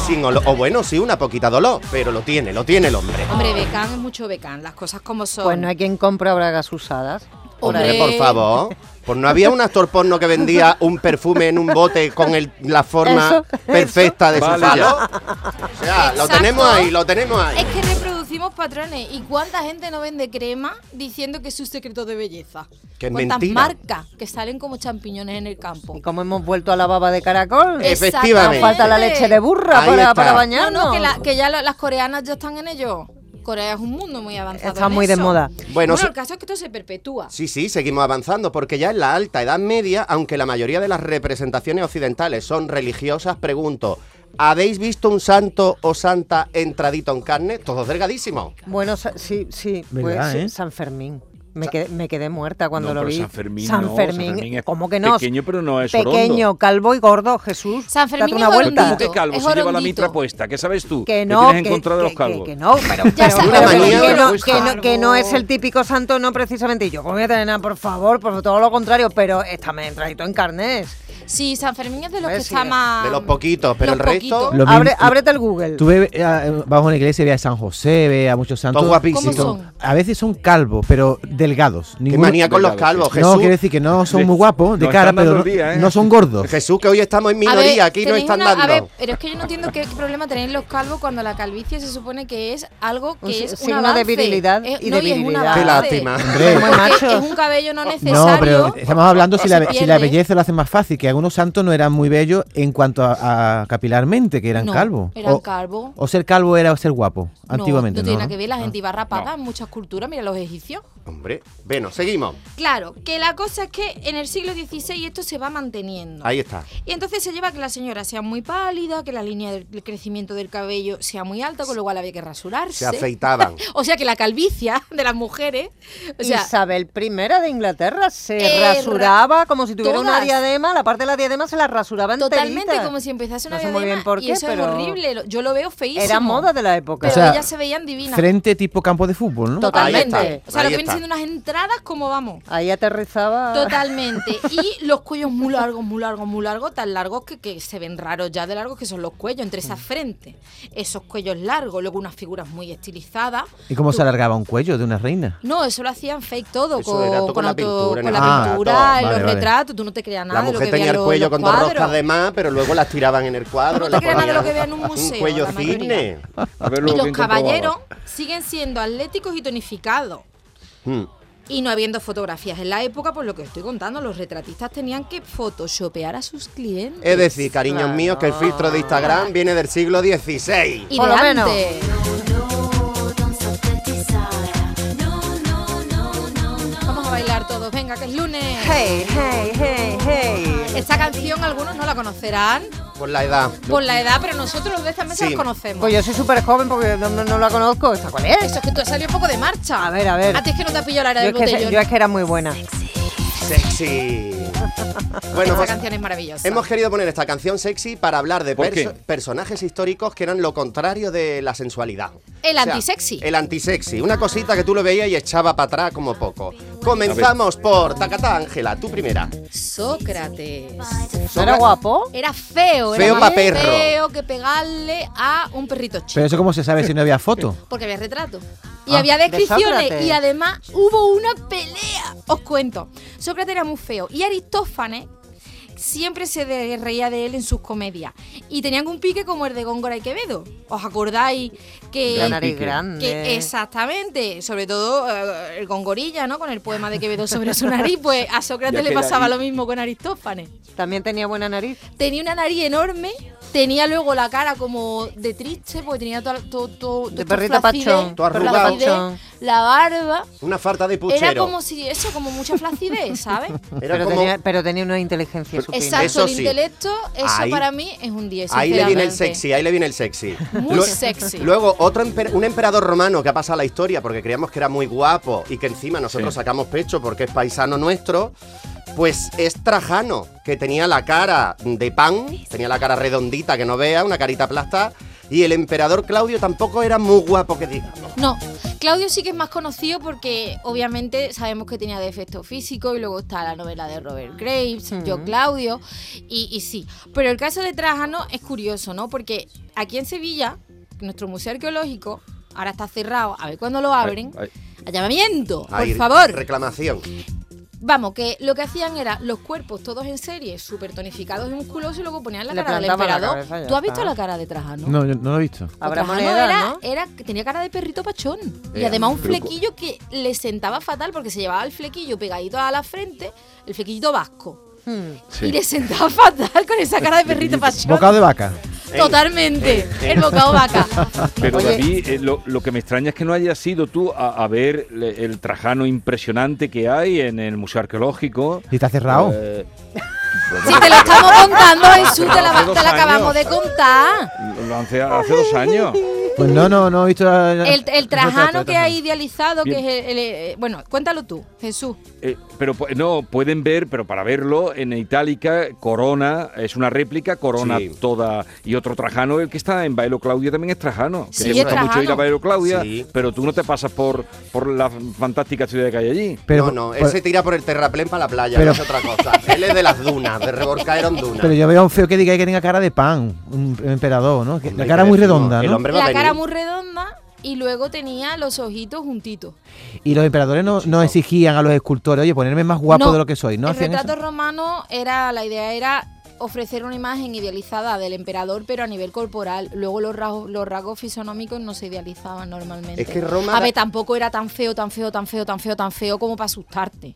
Speaker 3: Sin olo- o bueno, sí, una poquita dolor, pero lo tiene, lo tiene el hombre.
Speaker 4: Hombre, becán es mucho becán, las cosas como son.
Speaker 6: Pues no hay quien compra bragas usadas. Por
Speaker 4: Hombre.
Speaker 6: ahí.
Speaker 3: Hombre, por favor. Pues no había un actor porno que vendía un perfume en un bote con el- la forma
Speaker 6: Eso, eso.
Speaker 3: perfecta de su
Speaker 2: Vale,
Speaker 3: falo. O sea, lo
Speaker 4: Exacto.
Speaker 3: tenemos ahí, lo tenemos ahí.
Speaker 4: Es que reproducir reproducimos patrones. ¿Y cuánta gente no vende crema diciendo que es su secreto de belleza?
Speaker 3: Que es
Speaker 4: ¿Cuántas
Speaker 3: mentira.
Speaker 4: marcas que salen como champiñones en el campo?
Speaker 6: Y como hemos vuelto a la baba de caracol,
Speaker 3: Eh,
Speaker 6: nos
Speaker 3: Efectivamente.
Speaker 6: falta la leche de burra
Speaker 3: Ahí
Speaker 6: para,
Speaker 3: está.
Speaker 6: para
Speaker 4: No,
Speaker 6: bañarnos.
Speaker 4: no, que, la- que ya lo- las coreanas ya están en ello. Corea es un mundo muy avanzado.
Speaker 6: Está
Speaker 4: en
Speaker 6: muy de
Speaker 4: eso.
Speaker 6: moda.
Speaker 3: Bueno,
Speaker 4: Bueno,
Speaker 3: se-
Speaker 4: el caso es que esto se perpetúa.
Speaker 3: Sí, sí, seguimos avanzando, porque ya en la alta edad media, aunque la mayoría de las representaciones occidentales son religiosas, pregunto, ¿habéis visto un santo o santa entradito en carne? Todos delgadísimos.
Speaker 6: Bueno, sa- sí, sí, pues,
Speaker 5: ¿Verdad,
Speaker 6: sí,
Speaker 5: eh?
Speaker 6: San Fermín. Me quedé, me quedé muerta cuando
Speaker 2: No,
Speaker 6: lo
Speaker 2: pero
Speaker 6: vi.
Speaker 2: San Fermín no, San
Speaker 6: Fermín,
Speaker 2: Fermín es
Speaker 6: ¿cómo que no?
Speaker 2: pequeño, pero no es
Speaker 6: Pequeño,
Speaker 2: orondo.
Speaker 6: calvo y gordo, Jesús.
Speaker 4: San Fermín
Speaker 6: date
Speaker 4: es
Speaker 6: una
Speaker 4: orondito.
Speaker 6: vuelta.
Speaker 2: ¿Por qué calvo
Speaker 4: Es
Speaker 2: si lleva la
Speaker 4: horondito.
Speaker 2: mitra puesta? ¿Qué sabes tú?
Speaker 6: Que
Speaker 2: ¿Qué
Speaker 6: no,
Speaker 2: tienes en
Speaker 6: que,
Speaker 2: contra de
Speaker 6: que-
Speaker 2: los
Speaker 6: que-
Speaker 2: calvos?
Speaker 6: que no, pero,
Speaker 4: Ya
Speaker 6: pero-
Speaker 4: sabes,
Speaker 6: pero que,
Speaker 3: manía
Speaker 6: que
Speaker 3: de
Speaker 6: no,
Speaker 2: los
Speaker 6: que no-
Speaker 4: calvos.
Speaker 6: que no es el típico santo, no precisamente. Y Yo, ¿cómo voy a tener nada? Por favor, por todo lo contrario, pero está me entradito en carnés.
Speaker 4: Sí, San Fermín es de los
Speaker 6: Pues
Speaker 4: que
Speaker 6: sí,
Speaker 4: está
Speaker 6: es
Speaker 4: más.
Speaker 3: de los poquitos, pero
Speaker 4: los
Speaker 3: el resto-
Speaker 4: poquitos.
Speaker 5: Lo
Speaker 6: Abre-
Speaker 5: mismo-
Speaker 6: ábrete el Google.
Speaker 5: Tú ve, eh, vamos a la iglesia, ve a San José, ve a muchos santos.
Speaker 3: Todos guapísimos.
Speaker 4: ¿Cómo son?
Speaker 5: A veces son calvos, pero delgados.
Speaker 3: Qué
Speaker 5: Ninguno-
Speaker 3: manía con los
Speaker 2: Delgado,
Speaker 3: calvos,
Speaker 2: sí.
Speaker 3: Jesús.
Speaker 5: No, quiero decir que no son
Speaker 2: Le-
Speaker 5: muy guapos de
Speaker 2: nos
Speaker 5: cara,
Speaker 2: están dando
Speaker 5: pero no,
Speaker 2: el día, ¿eh?
Speaker 5: no son gordos.
Speaker 3: Jesús, que hoy estamos en
Speaker 4: A ver,
Speaker 3: minoría, aquí nos
Speaker 4: tenéis
Speaker 3: están
Speaker 4: una-
Speaker 3: dando.
Speaker 4: A ver, pero es que yo no entiendo qué, qué problema tenéis los calvos cuando la calvicie se supone que es algo
Speaker 6: Un si-
Speaker 4: que es
Speaker 6: signo
Speaker 4: un
Speaker 6: de
Speaker 4: avance.
Speaker 6: virilidad
Speaker 4: Es-
Speaker 6: y
Speaker 4: no,
Speaker 6: de
Speaker 4: es un
Speaker 6: virilidad.
Speaker 3: Qué
Speaker 4: avance.
Speaker 3: lástima.
Speaker 5: Hombre.
Speaker 6: Muy
Speaker 4: Porque
Speaker 6: macho.
Speaker 4: Es un cabello no
Speaker 5: No,
Speaker 4: necesario.
Speaker 5: pero estamos hablando
Speaker 4: Se
Speaker 5: si la, si la
Speaker 4: pierde.
Speaker 5: belleza lo hace más fácil, que algunos santos no eran muy bellos en cuanto a, a capilarmente, que eran
Speaker 4: No,
Speaker 5: calvos.
Speaker 4: eran
Speaker 5: o,
Speaker 4: calvos.
Speaker 5: o ser calvo era ser guapo,
Speaker 4: No,
Speaker 5: antiguamente.
Speaker 4: No,
Speaker 5: No,
Speaker 4: tiene
Speaker 5: ¿no?
Speaker 4: nada que ver, la gente iba rapada en muchas culturas, mira los egipcios.
Speaker 3: Hombre, bueno, seguimos.
Speaker 4: Claro, que la cosa es que en el siglo XVI esto se va manteniendo.
Speaker 3: Ahí está.
Speaker 4: Y entonces se lleva que la señora sea muy pálida, que la línea del crecimiento del cabello sea muy alta, con lo cual había que rasurarse.
Speaker 3: Se afeitaban.
Speaker 4: O sea que la calvicia de las mujeres. O sea,
Speaker 6: Isabel I de Inglaterra se
Speaker 4: Eh, ra-
Speaker 6: rasuraba como si tuviera una
Speaker 4: todas.
Speaker 6: diadema, la parte de la diadema se la rasuraba enterita.
Speaker 4: totalmente como si empezase una
Speaker 6: no sé
Speaker 4: diadema,
Speaker 6: muy bien por
Speaker 4: y
Speaker 6: qué,
Speaker 4: eso es
Speaker 6: pero
Speaker 4: horrible. lo- Yo lo veo feísimo.
Speaker 6: Era moda de la época.
Speaker 4: Pero
Speaker 5: O sea,
Speaker 4: ellas se veían divinas.
Speaker 5: Frente tipo campo de fútbol, ¿no?
Speaker 6: Total.
Speaker 4: Totalmente.
Speaker 3: Ahí está,
Speaker 4: o sea, lo
Speaker 3: ahí
Speaker 4: que vienen
Speaker 3: está.
Speaker 4: siendo unas entradas, como vamos.
Speaker 6: Ahí aterrizaba.
Speaker 4: Totalmente. Y los cuellos muy largos, muy largos, muy largos, tan largos que, que se ven raros ya de largos, que son los cuellos, entre
Speaker 3: Mm.
Speaker 4: esas frentes. Esos cuellos largos, luego unas figuras muy estilizadas.
Speaker 5: ¿Y cómo
Speaker 4: Tú-
Speaker 5: se alargaba un cuello de una reina?
Speaker 4: No, eso lo hacían fake todo,
Speaker 3: Eso
Speaker 4: con,
Speaker 3: era todo
Speaker 4: con
Speaker 3: con la
Speaker 4: auto-
Speaker 3: pintura Ah, en
Speaker 4: con
Speaker 3: el
Speaker 4: la
Speaker 5: retrato.
Speaker 4: pintura, en
Speaker 5: Vale,
Speaker 4: los
Speaker 5: vale.
Speaker 4: retratos, tú no te creas nada
Speaker 3: la
Speaker 4: de lo que
Speaker 3: mujer
Speaker 4: vean
Speaker 3: tenía el
Speaker 4: los-
Speaker 3: cuello
Speaker 4: los
Speaker 3: con dos roscas
Speaker 4: cuadros.
Speaker 3: de más, pero luego las tiraban en el cuadro.
Speaker 4: No
Speaker 3: la
Speaker 4: te creas nada de lo
Speaker 3: ponían-
Speaker 4: que vean en un museo,
Speaker 3: cuello
Speaker 4: la mayoría. Ah.
Speaker 3: cisne.
Speaker 2: A ver
Speaker 4: Y
Speaker 2: luego
Speaker 4: los
Speaker 2: qué encontraba.
Speaker 4: caballeros siguen siendo atléticos y tonificados.
Speaker 3: Mm.
Speaker 4: Y no habiendo fotografías en la época, por lo que estoy contando, los retratistas tenían que photoshopear a sus clientes.
Speaker 3: Es decir, cariños
Speaker 6: Claro.
Speaker 3: míos, que el filtro de Instagram viene del siglo XVI.
Speaker 4: y
Speaker 6: por
Speaker 4: de
Speaker 6: lo menos.
Speaker 4: antes. Vamos a bailar todos, venga, que es lunes.
Speaker 6: Hey, hey, hey, hey.
Speaker 4: Esta canción algunos no la conocerán
Speaker 3: Por la edad.
Speaker 4: por la edad, pero nosotros los de esta mesa
Speaker 3: Sí.
Speaker 4: los conocemos.
Speaker 6: Pues yo soy súper joven porque no, no- no la conozco. ¿Esta cuál
Speaker 4: Eso
Speaker 6: es?
Speaker 4: es que tú has salido un poco de marcha.
Speaker 6: A ver, a ver.
Speaker 4: A ti es que no te ha pillado la
Speaker 6: Yo
Speaker 4: era
Speaker 6: es,
Speaker 4: del
Speaker 6: que, se-
Speaker 4: botellón.
Speaker 6: yo es que era muy buena.
Speaker 3: Sexy. Bueno,
Speaker 4: Esa
Speaker 3: pues
Speaker 4: canción es maravillosa.
Speaker 3: hemos querido poner esta canción sexy para hablar de
Speaker 2: ¿Por
Speaker 3: perso-
Speaker 2: qué?
Speaker 3: personajes históricos que eran lo contrario de la sensualidad.
Speaker 4: El antisexy.
Speaker 3: El antisexy. Una cosita que tú lo veías y echaba para atrás como poco. Comenzamos por Tacatá Ángela, tú primera.
Speaker 4: Sócrates.
Speaker 6: ¿No era guapo?
Speaker 4: Era
Speaker 3: Feo
Speaker 4: feo, era
Speaker 3: pa'
Speaker 4: más
Speaker 3: perro.
Speaker 4: feo que pegarle a un perrito chico.
Speaker 5: Pero eso cómo se sabe si no había foto.
Speaker 4: Porque había retrato. Y
Speaker 5: Ah,
Speaker 4: había
Speaker 6: de
Speaker 4: descripciones.
Speaker 6: Sócrates.
Speaker 4: y además hubo una pelea. Os cuento. Sócrates era muy feo. Y Aristófanes siempre se de- reía de él en sus comedias. Y tenían un pique como el de Góngora y Quevedo. ¿Os acordáis que
Speaker 6: La nariz
Speaker 2: pique.
Speaker 6: grande.
Speaker 4: Eh, que exactamente, sobre todo eh, el Gongorilla, ¿no? Con el poema de Quevedo sobre su nariz, pues a Sócrates
Speaker 2: Ya
Speaker 4: le
Speaker 2: que la
Speaker 4: pasaba
Speaker 2: nariz-
Speaker 4: lo mismo con Aristófanes.
Speaker 6: También tenía buena nariz.
Speaker 4: Tenía una nariz enorme, tenía luego la cara como de triste, porque tenía todo, todo, todo
Speaker 6: De
Speaker 4: estos
Speaker 6: perrito
Speaker 4: flacidez,
Speaker 6: pachón,
Speaker 3: todo arrugado.
Speaker 4: flacidez,
Speaker 6: Pachón.
Speaker 4: la barba.
Speaker 3: Una falta de puchero.
Speaker 4: Era como si eso, como mucha flacidez, ¿sabes?
Speaker 3: Era
Speaker 6: Pero
Speaker 3: como-
Speaker 6: tenía, pero tenía una inteligencia
Speaker 3: Pero-
Speaker 6: supina.
Speaker 4: Exacto,
Speaker 3: Eso
Speaker 4: el
Speaker 3: sí.
Speaker 4: intelecto, eso
Speaker 3: Ahí-
Speaker 4: para mí es un 10.
Speaker 3: Ahí le viene el
Speaker 4: sinceramente.
Speaker 3: sexy, ahí le viene el sexy.
Speaker 4: Muy
Speaker 3: Lue-
Speaker 4: sexy.
Speaker 3: Luego, otro emper- un emperador romano que ha pasado a la historia porque creíamos que era muy guapo y que encima nosotros
Speaker 2: Sí.
Speaker 3: sacamos pecho porque es paisano nuestro, pues es Trajano, que tenía la cara de pan, tenía la cara redondita que no vea, una carita plasta, y el emperador Claudio tampoco era muy guapo que digamos.
Speaker 4: No, Claudio sí que es más conocido porque obviamente sabemos que tenía defecto físico y luego está la novela de Robert Graves,
Speaker 6: Mm.
Speaker 4: Yo Claudio, y, y sí. Pero el caso de Trajano es curioso, ¿no? Porque aquí en Sevilla, nuestro museo arqueológico, ahora está cerrado, a ver cuándo lo abren.
Speaker 2: Ay, ay.
Speaker 4: Llamamiento, por
Speaker 3: Ahí,
Speaker 4: favor.
Speaker 3: Reclamación.
Speaker 4: Vamos, que lo que hacían era los cuerpos todos en serie, súper tonificados y musculosos, y luego ponían la
Speaker 6: Le
Speaker 4: cara del
Speaker 6: plantaban la
Speaker 4: emperador.
Speaker 6: cabeza, ya
Speaker 4: ¿Tú has visto
Speaker 6: está.
Speaker 4: la cara de Trajano?
Speaker 5: No, yo no lo he visto.
Speaker 6: Habrá
Speaker 4: Trajano
Speaker 6: moneda,
Speaker 4: era,
Speaker 6: ¿no?
Speaker 4: era- tenía cara de perrito pachón. y
Speaker 3: Eh,
Speaker 4: además un
Speaker 3: pero-
Speaker 4: flequillo que le sentaba fatal porque se llevaba el flequillo pegadito a la frente, el flequillito vasco.
Speaker 6: Hmm.
Speaker 2: Sí.
Speaker 4: Y le sentaba fatal con esa cara de perrito pachón.
Speaker 5: Bocado de vaca.
Speaker 4: Totalmente. El bocado vaca.
Speaker 2: Pero
Speaker 6: Oye.
Speaker 2: David, eh, lo, lo que me extraña es que no hayas sido tú a, a ver le- el trajano impresionante que hay en el Museo Arqueológico.
Speaker 5: Y está cerrado.
Speaker 2: Eh,
Speaker 4: Si te lo estamos contando, Jesús, te la,
Speaker 2: Hace dos
Speaker 4: te la
Speaker 2: años.
Speaker 4: acabamos de contar.
Speaker 2: lo lancé hace dos años.
Speaker 5: Pues no, no, no he visto. la-
Speaker 4: El, el trajano que hay
Speaker 5: hay
Speaker 4: idealizado, que
Speaker 2: Bien.
Speaker 4: es el, el- eh, Bueno, cuéntalo tú, Jesús.
Speaker 2: Eh, pero pu- no, pueden ver, pero para verlo, en Itálica, Corona, es una réplica, Corona
Speaker 3: Sí.
Speaker 2: toda, y otro Trajano, el que está en Bailo Claudia también es Trajano. Que
Speaker 4: Sí,
Speaker 2: te
Speaker 4: es
Speaker 2: gusta mucho
Speaker 4: Trajano.
Speaker 2: ir a Bailo Claudia,
Speaker 3: Sí.
Speaker 2: pero tú no te pasas por, por la fantástica ciudad que hay allí.
Speaker 5: Pero,
Speaker 3: no, no,
Speaker 5: pero-
Speaker 3: él se tira por el terraplén para la playa, no
Speaker 5: pero-
Speaker 3: es otra cosa. Él es de las dunas, de revolcaeron dunas.
Speaker 5: pero yo veo a un feo que diga que tenga cara de pan, un emperador, ¿no? Que-
Speaker 3: Hombre,
Speaker 5: la
Speaker 3: ¿qué
Speaker 5: cara muy
Speaker 3: decimos?
Speaker 5: redonda,
Speaker 3: El
Speaker 5: ¿no?
Speaker 3: hombre va a
Speaker 4: La cara
Speaker 3: venir.
Speaker 4: muy redonda y luego tenía los ojitos juntitos.
Speaker 5: Y los emperadores no, no exigían a los escultores, oye, ponerme más guapo
Speaker 4: No,
Speaker 5: de lo que soy, ¿no?
Speaker 4: El
Speaker 5: Hacían eso.
Speaker 4: retrato romano era, la idea era ofrecer una imagen idealizada del emperador, pero a nivel corporal. Luego los rasgos, los rasgos fisionómicos no se idealizaban normalmente.
Speaker 3: Es que Roma-
Speaker 4: A ver, tampoco era tan feo, tan feo, tan feo, tan feo, tan feo como para asustarte.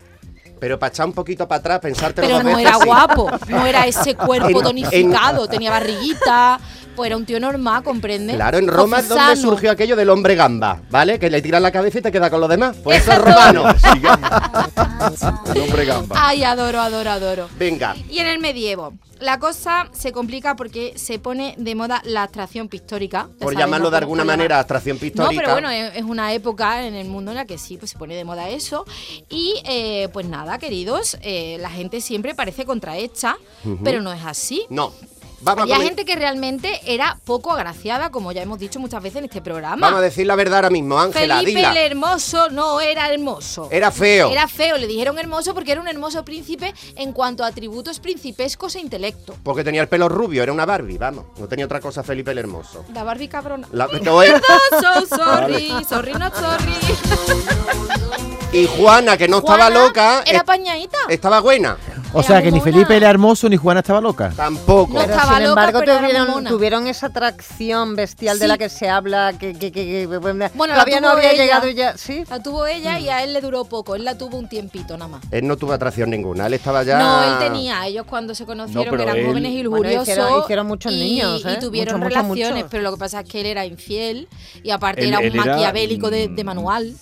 Speaker 3: Pero para echar un poquito para atrás, pensarte
Speaker 4: Pero
Speaker 3: dos
Speaker 4: no
Speaker 3: veces,
Speaker 4: era
Speaker 3: sí.
Speaker 4: guapo, no era ese cuerpo
Speaker 3: En-
Speaker 4: tonificado, tenía barriguita, pues era un tío normal, ¿comprende?
Speaker 3: Claro, en Roma es donde
Speaker 4: ¿Eh? Cofisano.
Speaker 3: surgió aquello del hombre gamba, ¿vale? Que le tiras la cabeza y te queda con los demás. Pues eso es
Speaker 4: Exacto.
Speaker 3: romano.
Speaker 2: Sigamos. El hombre gamba.
Speaker 4: Ay, adoro, adoro, adoro.
Speaker 3: Venga.
Speaker 4: Y en el medievo, la cosa se complica porque se pone de moda la abstracción pictórica. Ya
Speaker 3: Por
Speaker 4: sabes,
Speaker 3: llamarlo
Speaker 4: ¿no?
Speaker 3: de
Speaker 4: Por-
Speaker 3: alguna
Speaker 4: por llamar-
Speaker 3: manera abstracción
Speaker 4: No,
Speaker 3: pictórica.
Speaker 4: pero bueno, eh, es es una época en el mundo en la que sí, pues se pone de moda eso. Y eh, pues nada, queridos, eh, la gente siempre parece contrahecha, pero no es así.
Speaker 3: No. Vamos a,
Speaker 4: Había
Speaker 3: comen-
Speaker 4: gente que realmente era poco agraciada, como ya hemos dicho muchas veces en este programa.
Speaker 3: Vamos a decir la verdad ahora mismo, Ángela,
Speaker 4: Felipe
Speaker 3: dila.
Speaker 4: el Hermoso no era hermoso.
Speaker 3: Era feo.
Speaker 4: Era feo, le dijeron hermoso porque era un hermoso príncipe en cuanto a atributos principescos e intelecto.
Speaker 3: Porque tenía el pelo rubio, era una Barbie, vamos. No tenía otra cosa Felipe el Hermoso.
Speaker 4: La Barbie cabrona.
Speaker 3: La- no es-
Speaker 4: So sorry, sorry, not sorry.
Speaker 3: Y Juana, que no estaba
Speaker 4: Juana
Speaker 3: loca,
Speaker 4: Era
Speaker 3: es-
Speaker 4: pañadita.
Speaker 3: estaba buena.
Speaker 5: O
Speaker 4: Era
Speaker 5: sea, que ni
Speaker 4: mona.
Speaker 5: Felipe era hermoso ni Juana estaba loca.
Speaker 3: Tampoco.
Speaker 4: No
Speaker 6: Pero
Speaker 4: estaba
Speaker 6: sin
Speaker 4: loca,
Speaker 6: embargo
Speaker 4: pero era
Speaker 6: tuvieron,
Speaker 4: mamona.
Speaker 6: tuvieron esa atracción bestial de
Speaker 4: Sí.
Speaker 6: la que se habla, que, que- que- que- bueno,
Speaker 4: Bueno, la
Speaker 6: todavía no
Speaker 4: tuvo
Speaker 6: había
Speaker 4: ella.
Speaker 6: llegado ya, sí.
Speaker 4: La tuvo ella y a él le duró poco. Él la tuvo un tiempito nada más.
Speaker 3: Él no tuvo atracción ninguna, él estaba ya.
Speaker 4: No, él tenía. Ellos cuando se conocieron
Speaker 2: pero
Speaker 4: eran
Speaker 2: él-
Speaker 4: jóvenes y
Speaker 6: Bueno,
Speaker 4: lujuriosos.
Speaker 6: hicieron- hicieron muchos
Speaker 4: y-
Speaker 6: niños,
Speaker 4: Y
Speaker 6: ¿eh?
Speaker 4: tuvieron
Speaker 6: Muchos, muchos,
Speaker 4: relaciones,
Speaker 6: muchos.
Speaker 4: pero lo que pasa es que él era infiel y aparte
Speaker 2: Él-
Speaker 4: era
Speaker 2: él
Speaker 4: un
Speaker 2: era,
Speaker 4: maquiavélico de, de
Speaker 2: mm,
Speaker 4: manual.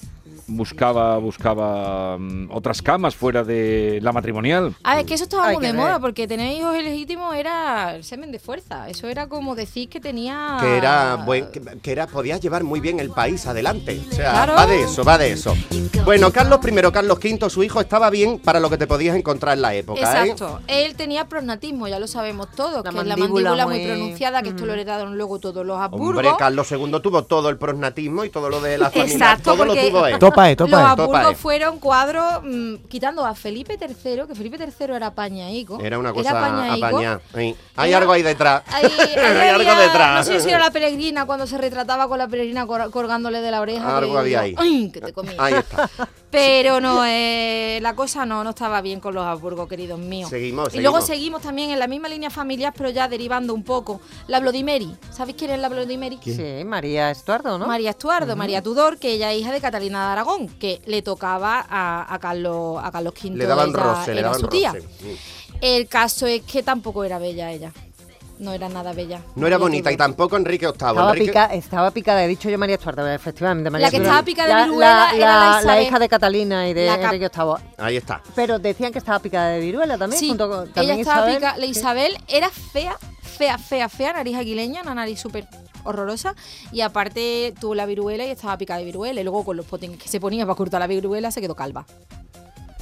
Speaker 2: Buscaba, buscaba mm, otras camas fuera de la matrimonial.
Speaker 4: A ver, Ah, que eso estaba
Speaker 6: Hay
Speaker 4: muy
Speaker 6: que
Speaker 4: de
Speaker 6: ver.
Speaker 4: moda porque tener hijos ilegítimos era el semen de fuerza. Eso era como decir que tenía.
Speaker 3: Que
Speaker 4: Ah.
Speaker 3: era, buen, que, que era, podía llevar muy bien el país adelante. O sea,
Speaker 4: Claro.
Speaker 3: va de eso, va de eso. Bueno, Carlos I, Carlos V, su hijo estaba bien para lo que te podías encontrar en la época, ¿eh?
Speaker 4: Exacto. Él tenía prognatismo, ya lo sabemos todos,
Speaker 6: La
Speaker 4: que es la
Speaker 6: mandíbula
Speaker 4: mandíbula muy
Speaker 6: muy-
Speaker 4: pronunciada, que esto lo heredaron luego todos los Habsburgo.
Speaker 3: Hombre, Carlos II tuvo todo el prosnatismo y todo lo de la familia.
Speaker 4: Exacto,
Speaker 3: todo
Speaker 4: porque
Speaker 3: lo tuvo él.
Speaker 5: Topa, eh, topa,
Speaker 4: los
Speaker 5: eh.
Speaker 4: Habsburgo
Speaker 3: Topa, eh.
Speaker 4: fueron cuadros, mm, quitando a Felipe III, que Felipe III era apañaico.
Speaker 3: Era una cosa
Speaker 4: apañaico.
Speaker 3: apañada. Sí. Hay
Speaker 4: Era-
Speaker 3: algo ahí detrás.
Speaker 4: Ahí- ahí
Speaker 3: Hay algo
Speaker 4: había-
Speaker 3: detrás.
Speaker 4: No sé si era la peregrina cuando se retrataba con la peregrina cor- colgándole de la oreja.
Speaker 3: Algo
Speaker 4: que
Speaker 3: había ahí.
Speaker 4: digo, "Ay, que te comí".
Speaker 3: Ahí está.
Speaker 4: Pero no, eh, la cosa no, no estaba bien con los Habsburgo, queridos míos.
Speaker 3: Seguimos,
Speaker 4: Y luego
Speaker 3: seguimos.
Speaker 4: seguimos también en la misma línea familiar, pero ya derivando un poco. La Bloodimeri. ¿Sabéis quién es la Bloodimeri?
Speaker 6: Sí, María Estuardo, ¿no?
Speaker 4: María Estuardo, María Tudor, que ella es hija de Catalina de Aragón, que le tocaba a, a Carlos, a Carlos V.
Speaker 3: Le daban
Speaker 4: ella
Speaker 3: roce, le
Speaker 4: era
Speaker 3: daban
Speaker 4: su tía.
Speaker 3: roce. Sí.
Speaker 4: El caso es que tampoco era bella ella. No era nada bella.
Speaker 3: No era
Speaker 4: María
Speaker 3: bonita y
Speaker 4: Tudor.
Speaker 3: tampoco Enrique VIII. Ah,
Speaker 6: Estaba,
Speaker 3: Enrique-
Speaker 6: pica- estaba picada, he dicho yo María Estuardo, efectivamente. María
Speaker 4: La que
Speaker 6: Estuardo.
Speaker 4: estaba picada de
Speaker 6: La-
Speaker 4: viruela era la Isabel.
Speaker 6: hija de Catalina y de
Speaker 4: La cap-
Speaker 6: Enrique VIII.
Speaker 3: Ahí está.
Speaker 6: Pero decían que estaba picada de viruela también,
Speaker 4: Sí,
Speaker 6: junto con
Speaker 4: ella
Speaker 6: también
Speaker 4: estaba
Speaker 6: Isabel.
Speaker 4: pica- La
Speaker 6: Sí.
Speaker 4: Isabel era fea, fea, fea, fea, nariz aguileña, una nariz súper horrorosa. Y aparte tuvo la viruela y estaba picada de viruela. Y luego con los potines que se ponía para cortar la viruela se quedó calva.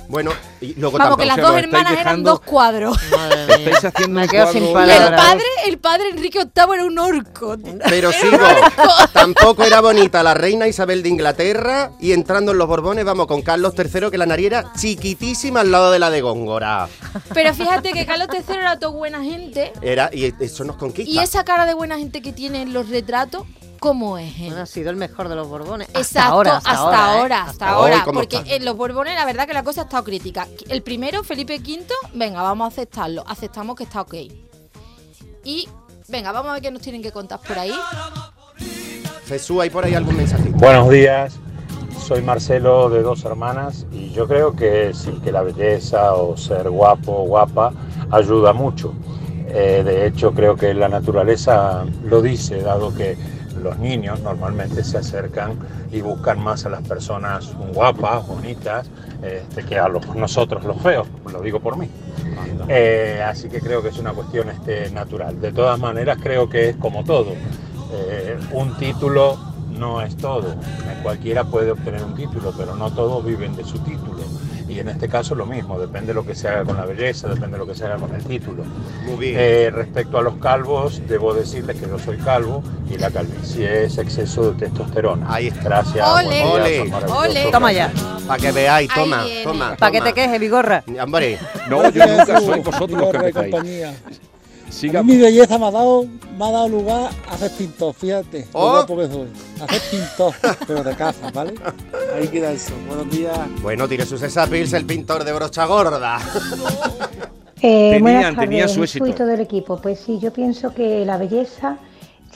Speaker 3: Bueno, y luego
Speaker 4: Vamos,
Speaker 3: tampoco.
Speaker 4: que las
Speaker 2: se
Speaker 4: dos
Speaker 2: lo estáis
Speaker 4: hermanas eran
Speaker 2: dejando-
Speaker 4: dos cuadros.
Speaker 6: Madre mía.
Speaker 2: Estáis haciendo
Speaker 6: Me
Speaker 2: un
Speaker 6: quedo sin
Speaker 2: cuadro-
Speaker 4: Y
Speaker 6: palabras.
Speaker 4: el padre, el padre Enrique VIII era un orco.
Speaker 3: Pero sigo, tampoco era bonita la reina Isabel de Inglaterra y entrando en los Borbones vamos con Carlos III que la nariz era chiquitísima al lado de la de Góngora.
Speaker 4: Pero fíjate que Carlos III era todo buena gente.
Speaker 3: Era, y eso nos conquista.
Speaker 4: Y esa cara de buena gente que tiene en los retratos, como es él.
Speaker 6: Bueno, ha sido el mejor de los Borbones. hasta
Speaker 4: Exacto,
Speaker 6: ahora, hasta, ahora. ¿eh?
Speaker 4: ahora,
Speaker 6: Hasta
Speaker 4: hasta
Speaker 3: ahora.
Speaker 4: ahora,
Speaker 3: Hoy, ¿cómo
Speaker 4: porque
Speaker 3: está?
Speaker 4: en los Borbones la verdad que la cosa ha estado crítica. El primero, Felipe V, venga, vamos a aceptarlo, aceptamos que está ok. Y venga, vamos a ver qué nos tienen que contar por ahí.
Speaker 3: Jesús, ¿hay por ahí algún mensajito?
Speaker 8: Buenos días, soy Marcelo de Dos Hermanas y yo creo que sí, que la belleza o ser guapo o guapa ayuda mucho. Eh, de hecho, creo que la naturaleza lo dice, dado que los niños normalmente se acercan y buscan más a las personas guapas, bonitas, este, que a los- nosotros los feos, lo digo por mí. Eh, así que creo que es una cuestión este, natural. De todas maneras, creo que es como todo. Eh, un título no es todo. Eh, Cualquiera puede obtener un título, pero no todos viven de su título. Y en este caso lo mismo, depende de lo que se haga con la belleza, depende de lo que se haga con el título.
Speaker 3: Muy bien.
Speaker 8: Eh, respecto a los calvos, debo decirles que yo soy calvo y la calvicie es exceso de testosterona.
Speaker 3: Ahí está.
Speaker 8: Gracias.
Speaker 4: Ole.
Speaker 8: buen día,
Speaker 3: Ole.
Speaker 8: son maravillosos.
Speaker 4: Ole.
Speaker 6: Toma ya,
Speaker 3: Para que veáis,
Speaker 4: Ahí
Speaker 3: toma,
Speaker 4: viene.
Speaker 3: toma.
Speaker 6: para que
Speaker 3: toma.
Speaker 6: te quejes, Vigorra.
Speaker 3: Hombre,
Speaker 2: No, yo nunca soy vosotros los que
Speaker 9: Gorra y
Speaker 2: empezáis.
Speaker 9: compañía. A
Speaker 2: Siga.
Speaker 9: mí mi belleza me ha dado, me ha dado lugar a hacer pintos, fíjate.
Speaker 3: Oh.
Speaker 9: Lo guapo que soy. A hacer pintos, pero de casa, ¿vale? Ahí queda eso. Buenos días.
Speaker 3: bueno, tire sus esapils el pintor de brocha gorda.
Speaker 10: Eh,
Speaker 2: Tenían-
Speaker 10: buenas tardes,
Speaker 2: tenían su
Speaker 10: Nico
Speaker 2: éxito.
Speaker 10: y todo el equipo. Pues sí, yo pienso que la belleza,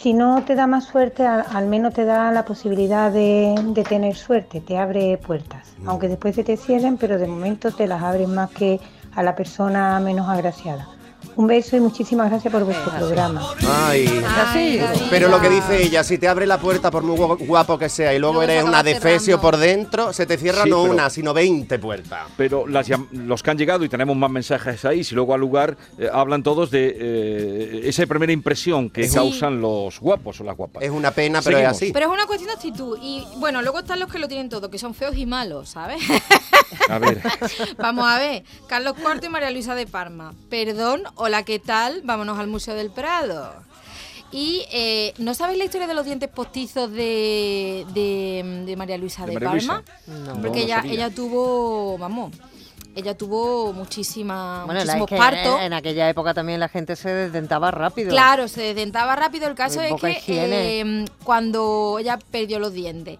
Speaker 10: si no te da más suerte, al, al menos te da la posibilidad de, de tener suerte, te abre puertas. Aunque después se te cierren, pero de momento te las abres más que a la persona menos agraciada. Un beso y muchísimas gracias por vuestro programa.
Speaker 3: Ay.
Speaker 4: Ay,
Speaker 3: Pero lo que
Speaker 4: David.
Speaker 3: dice ella, si te abre la puerta por muy guapo- guapo que sea y luego
Speaker 4: Luego se
Speaker 3: eres
Speaker 4: acaba
Speaker 3: una defesio
Speaker 4: cerrando.
Speaker 3: por dentro, se te cierra
Speaker 2: Sí,
Speaker 3: no
Speaker 2: pero-
Speaker 3: una, sino 20 puertas.
Speaker 2: Pero las llam- los que han llegado, y tenemos más mensajes ahí, si luego al lugar, eh, hablan todos de eh, esa primera impresión que
Speaker 4: Sí. Eh.
Speaker 2: causan los guapos o las guapas.
Speaker 3: Es una pena, pero
Speaker 2: Seguimos.
Speaker 3: es así.
Speaker 4: Pero es una cuestión de actitud. Y bueno, luego están los que lo tienen todo, que son feos y malos, ¿sabes?
Speaker 2: A ver,
Speaker 4: Vamos a ver, Carlos Cuarto y María Luisa de Parma. Perdón, hola, ¿qué tal? Vámonos al Museo del Prado. Y eh, ¿no sabéis la historia de los dientes postizos de, de- de María Luisa de,
Speaker 2: de María Luisa.
Speaker 4: Parma?
Speaker 2: No,
Speaker 4: Porque
Speaker 2: no
Speaker 4: ella,
Speaker 2: sabía.
Speaker 4: ella tuvo, vamos, ella tuvo muchísima,
Speaker 6: Bueno, la- es
Speaker 4: muchísimos
Speaker 6: que en-
Speaker 4: partos.
Speaker 6: en aquella época también la gente se desdentaba rápido.
Speaker 4: Claro, se desdentaba rápido. El caso
Speaker 6: Muy
Speaker 4: es
Speaker 6: poca
Speaker 4: que
Speaker 6: higiene.
Speaker 4: eh, cuando ella perdió los dientes.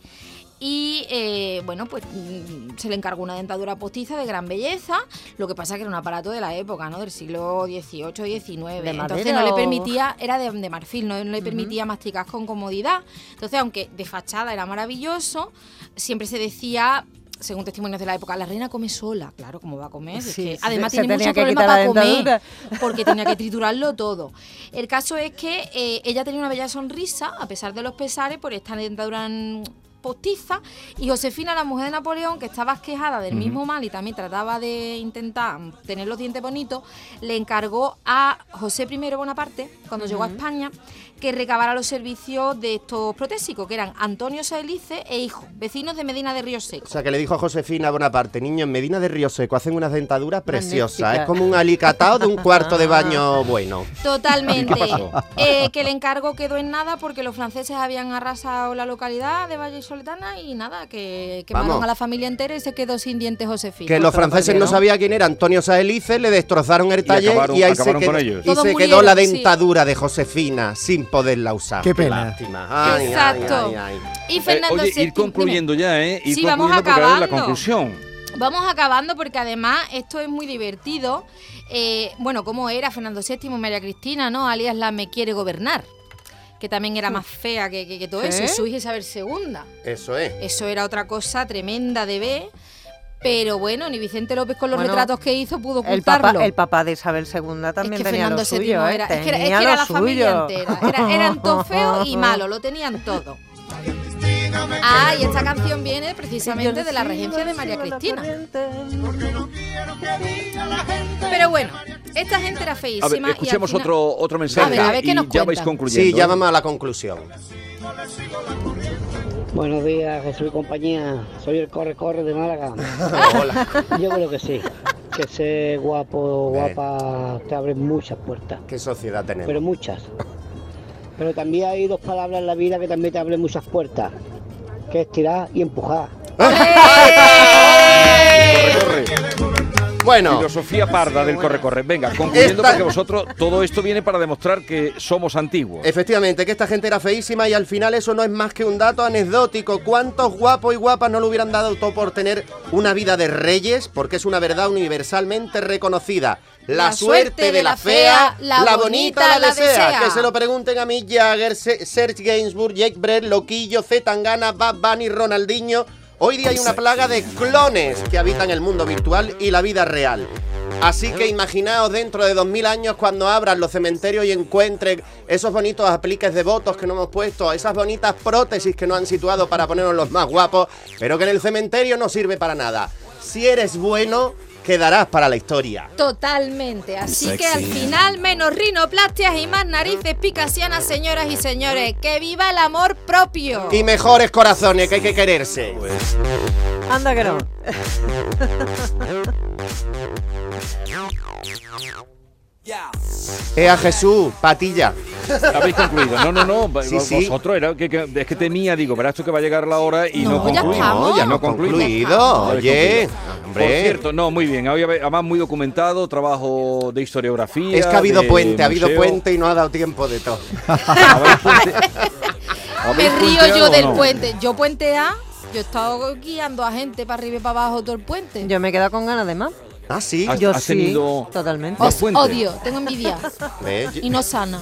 Speaker 4: Y eh, bueno, pues mm, se le encargó una dentadura postiza de gran belleza. Lo que pasa que era un aparato de la época, ¿no? Del siglo XVIII, XIX.
Speaker 6: ¿De
Speaker 4: Entonces
Speaker 6: madera
Speaker 4: no le
Speaker 6: o-
Speaker 4: permitía, era de, de marfil, no, no le permitía masticar con comodidad. Entonces, aunque de fachada era maravilloso, siempre se decía. Según testimonios de la época, la reina come sola, claro, ¿cómo va a comer? Si es
Speaker 6: Sí,
Speaker 4: que
Speaker 6: se-
Speaker 4: además
Speaker 6: se
Speaker 4: tiene
Speaker 6: tenía
Speaker 4: mucho
Speaker 6: que
Speaker 4: problema
Speaker 6: quitar
Speaker 4: para
Speaker 6: la
Speaker 4: comer
Speaker 6: dentadura.
Speaker 4: porque tenía que triturarlo todo. El caso es que eh, ella tenía una bella sonrisa, a pesar de los pesares, por esta dentadura mm, postiza, y Josefina, la mujer de Napoleón, que estaba asquejada del mismo mal y también trataba de intentar mm, tener los dientes bonitos, le encargó a José I Bonaparte, cuando llegó a España, que recabara los servicios de estos protésicos, que eran Antonio Saelice e hijo, vecinos de Medina de Río Seco.
Speaker 3: O sea, que le dijo a Josefina Bonaparte, niño, en Medina de Río Seco hacen unas dentaduras preciosas.
Speaker 6: Magnífica.
Speaker 3: Es como un alicatado de un cuarto de
Speaker 4: Ah.
Speaker 3: baño bueno.
Speaker 4: Totalmente.
Speaker 2: ¿Y qué pasó?
Speaker 4: Eh, que el encargo quedó en nada porque los franceses habían arrasado la localidad de Valle Soletana y nada, que quemaron
Speaker 3: Vamos.
Speaker 4: a la familia entera y se quedó sin dientes Josefina.
Speaker 3: Que los franceses no sabían quién era Antonio Saelice, le destrozaron el taller y,
Speaker 2: acabaron-
Speaker 3: ahí se
Speaker 2: acabaron
Speaker 3: quedó,
Speaker 2: con ellos.
Speaker 3: y
Speaker 4: Todos
Speaker 3: se quedó
Speaker 4: murieron,
Speaker 3: la
Speaker 4: sí.
Speaker 3: dentadura de Josefina sin poderla usar.
Speaker 5: Qué pena.
Speaker 3: lástima. Ay, ay,
Speaker 4: Exacto.
Speaker 3: ay, ay.
Speaker 4: Y Fernando
Speaker 2: Eh, oye, ir
Speaker 4: VII,
Speaker 2: concluyendo ya, ¿eh? Ir
Speaker 4: Sí, vamos
Speaker 2: concluyendo porque ahora es la
Speaker 4: acabando.
Speaker 2: conclusión.
Speaker 4: Vamos acabando porque además esto es muy divertido. Eh, bueno, cómo era Fernando VII, María Cristina, ¿no? Alias la me quiere gobernar, que también era más fea que, que- que todo eso, y
Speaker 6: ¿Eh?
Speaker 4: su hija Isabel II.
Speaker 3: Eso es.
Speaker 4: Eso era otra cosa tremenda de ver. Pero bueno, ni Vicente López con los
Speaker 6: Bueno,
Speaker 4: retratos que hizo pudo
Speaker 6: El papá,
Speaker 4: ocultarlo.
Speaker 6: el papá de Isabel II también
Speaker 4: es que
Speaker 6: tenía
Speaker 4: Fernando
Speaker 6: lo suyo,
Speaker 4: VII
Speaker 6: ¿eh?
Speaker 4: era, es que era, es
Speaker 6: Tenía
Speaker 4: que era
Speaker 6: lo
Speaker 4: la familia
Speaker 6: suyo.
Speaker 4: entera. Era- eran todos feos y malos, lo tenían todo. Ah, y esta canción viene precisamente de la regencia de María Cristina. Pero bueno, esta gente era feísima.
Speaker 2: A ver,
Speaker 4: y al
Speaker 2: escuchemos
Speaker 4: final-
Speaker 2: otro, otro mensaje
Speaker 4: A ver, a ver qué
Speaker 2: y
Speaker 4: nos
Speaker 2: ya vais
Speaker 4: cuentan.
Speaker 2: concluyendo.
Speaker 3: Sí, ya
Speaker 2: ¿eh?
Speaker 3: vamos a la conclusión.
Speaker 11: Buenos días, Jesús y compañía. Soy el Corre Corre de Málaga.
Speaker 3: Hola.
Speaker 11: Yo creo que sí. Que ser guapo,
Speaker 3: Eh.
Speaker 11: guapa, te abre muchas puertas.
Speaker 3: ¿Qué sociedad tenemos?
Speaker 11: Pero muchas. Pero también hay dos palabras en la vida que también te abren muchas puertas. Que es tirar y empujar.
Speaker 4: ¡Eh!
Speaker 2: Corre.
Speaker 3: Bueno.
Speaker 2: Filosofía parda del corre-corre. Venga, concluyendo
Speaker 3: Esta-
Speaker 2: porque vosotros todo esto viene para demostrar que somos antiguos.
Speaker 3: Efectivamente, que esta gente era feísima y al final eso no es más que un dato anecdótico. ¿Cuántos guapos y guapas no le hubieran dado todo por tener una vida de reyes? Porque es una verdad universalmente reconocida. La,
Speaker 4: La
Speaker 3: suerte, de la fea, la, bonita, la desea. Que se lo pregunten a Mick Jagger, Se- Serge Gainsbourg, Jake Brett, Loquillo, Z Tangana, Bad Bunny, Ronaldinho. Hoy día hay una plaga de clones que habitan el mundo virtual y la vida real. Así que imaginaos dentro de 2000 años cuando abran los cementerios y encuentren esos bonitos apliques de votos que no hemos puesto, esas bonitas prótesis que nos han situado para ponernos los más guapos, pero que en el cementerio no sirve para nada. Si eres bueno, quedarás para la historia.
Speaker 4: Totalmente. Así que al
Speaker 3: Sexy.
Speaker 4: final, menos rinoplastias y más narices picasianas, señoras y señores. ¡Que viva el amor propio!
Speaker 3: Y mejores corazones que hay que quererse.
Speaker 6: Anda que no.
Speaker 3: Ea Jesús, patilla.
Speaker 2: Habéis concluido. No, no, no. va-
Speaker 3: Sí, sí.
Speaker 2: Vosotros era que, que- es que temía, digo, verás tú que va a llegar la hora y no,
Speaker 3: No, ya
Speaker 2: concluimos.
Speaker 3: estamos.
Speaker 2: no
Speaker 3: Ya
Speaker 2: concluimos.
Speaker 3: concluido,
Speaker 2: No habéis
Speaker 3: oye,
Speaker 2: concluido.
Speaker 3: hombre.
Speaker 2: Por cierto, no, muy bien. había- Además, muy documentado, trabajo de historiografía.
Speaker 3: Es que ha habido
Speaker 2: de
Speaker 3: puente, ha habido
Speaker 2: museo.
Speaker 3: puente y no ha dado tiempo de todo.
Speaker 4: Me
Speaker 2: ¿Habéis
Speaker 4: río
Speaker 2: puenteado
Speaker 4: yo
Speaker 2: o
Speaker 4: del
Speaker 2: no?
Speaker 4: puente. Yo puente A, yo he estado guiando a gente para arriba y para abajo todo el puente.
Speaker 6: Yo me he quedado con ganas de más.
Speaker 3: Ah, sí.
Speaker 2: ¿Has-
Speaker 6: Yo
Speaker 2: has
Speaker 6: sí,
Speaker 2: tenido
Speaker 6: totalmente.
Speaker 2: más puente?
Speaker 4: Odio, tengo envidia.
Speaker 3: ¿Ves?
Speaker 4: y no sana.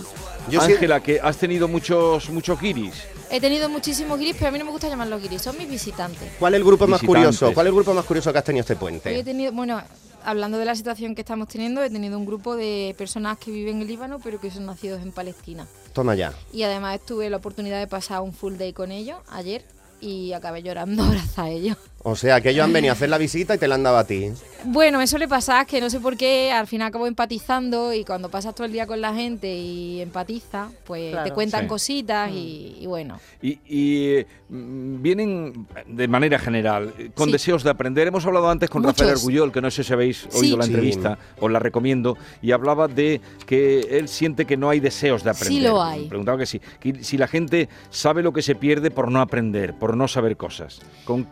Speaker 3: Yo sí-
Speaker 2: Ángela, que has tenido muchos, muchos giris.
Speaker 4: He tenido muchísimos guiris, pero a mí no me gusta llamarlos guiris, son mis visitantes.
Speaker 3: ¿Cuál es el grupo más
Speaker 2: Visitantes.
Speaker 3: curioso? ¿Cuál es el grupo más curioso que has tenido este
Speaker 4: Yo he
Speaker 3: puente?
Speaker 4: tenido, bueno, hablando de la situación que estamos teniendo, he tenido un grupo de personas que viven en el Líbano, pero que son nacidos en Palestina.
Speaker 3: Toma ya.
Speaker 4: Y además tuve la oportunidad de pasar un full day con ellos ayer y acabé llorando abrazada a ellos.
Speaker 3: O sea, que ellos han venido a hacer la visita y te la han dado a ti.
Speaker 4: Bueno, eso le pasa que no sé por qué, al final acabo empatizando y cuando pasas todo el día con la gente y empatizas, pues te
Speaker 2: Claro.
Speaker 4: cuentan
Speaker 2: Sí.
Speaker 4: cositas y, y bueno.
Speaker 2: Y, y, eh, mm, vienen de manera general, eh, con
Speaker 4: Sí.
Speaker 2: deseos de aprender. Hemos hablado antes con
Speaker 4: Muchos.
Speaker 2: Rafael Argullol, que no sé si habéis
Speaker 4: Sí.
Speaker 2: oído la
Speaker 4: Sí.
Speaker 2: entrevista, os la recomiendo, y hablaba de que él siente que no hay deseos de
Speaker 4: Sí
Speaker 2: aprender.
Speaker 4: lo hay.
Speaker 2: Preguntaba que sí, que si la gente sabe lo que se pierde por no aprender, por no saber cosas. Con,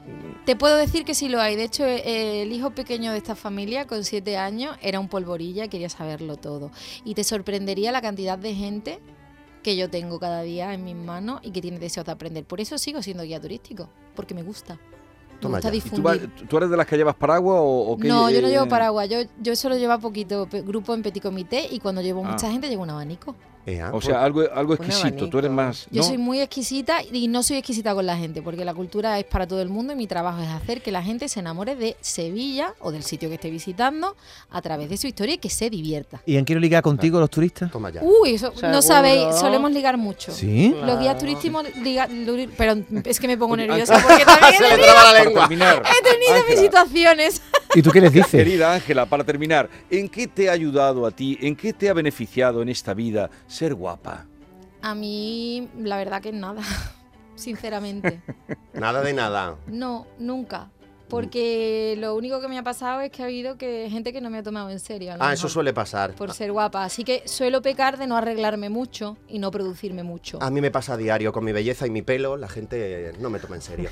Speaker 4: Te puedo decir que sí lo hay. De hecho, eh, el hijo pequeño de esta familia, con siete años, era un polvorilla y quería saberlo todo. Y te sorprendería la cantidad de gente que yo tengo cada día en mis manos y que tiene deseos de aprender. Por eso sigo siendo guía turístico, porque me gusta. Me
Speaker 2: Toma
Speaker 4: gusta
Speaker 2: ya. ¿Y tú,
Speaker 4: difundir.
Speaker 2: vas- tú eres de las que llevas paraguas o, o qué,
Speaker 4: No, yo no
Speaker 2: eh,
Speaker 4: llevo paraguas. Yo, yo solo llevo a poquito pe- grupo en petit comité y cuando llevo
Speaker 2: Ah.
Speaker 4: mucha gente llevo un abanico.
Speaker 2: O sea, algo, algo exquisito. Tú eres más.
Speaker 4: Pues Yo
Speaker 2: ¿no?
Speaker 4: soy muy exquisita y no soy exquisita con la gente, porque la cultura es para todo el mundo y mi trabajo es hacer que la gente se enamore de Sevilla o del sitio que esté visitando a través de su historia y que se divierta.
Speaker 5: ¿Y en quiero ligar contigo los turistas?
Speaker 3: pues, Toma ya.
Speaker 4: Uy, eso
Speaker 6: Seguro.
Speaker 4: no sabéis, solemos ligar mucho.
Speaker 5: ¿Sí?
Speaker 4: Los guías
Speaker 6: Claro.
Speaker 4: turísticos ligan. Pero es que me pongo nerviosa porque también he
Speaker 3: Se le
Speaker 4: tenido,
Speaker 3: traba la
Speaker 2: Para
Speaker 3: lengua.
Speaker 2: terminar,
Speaker 4: he tenido mis
Speaker 2: Ángela.
Speaker 4: situaciones.
Speaker 5: ¿Y tú qué les dices?
Speaker 2: Querida Ángela, para terminar, ¿en qué te ha ayudado a ti? ¿En qué te ha beneficiado en esta vida ser guapa?
Speaker 4: A mí, la verdad que nada, sinceramente.
Speaker 3: Nada de nada.
Speaker 4: No, nunca. Porque lo único que me ha pasado es que ha habido que gente que no me ha tomado en serio. a lo
Speaker 3: Ah, eso
Speaker 4: mejor,
Speaker 3: suele pasar.
Speaker 4: Por ser guapa. Así que suelo pecar de no arreglarme mucho y no producirme mucho.
Speaker 3: A mí me pasa a diario, con mi belleza y mi pelo, la gente eh, no me toma en serio.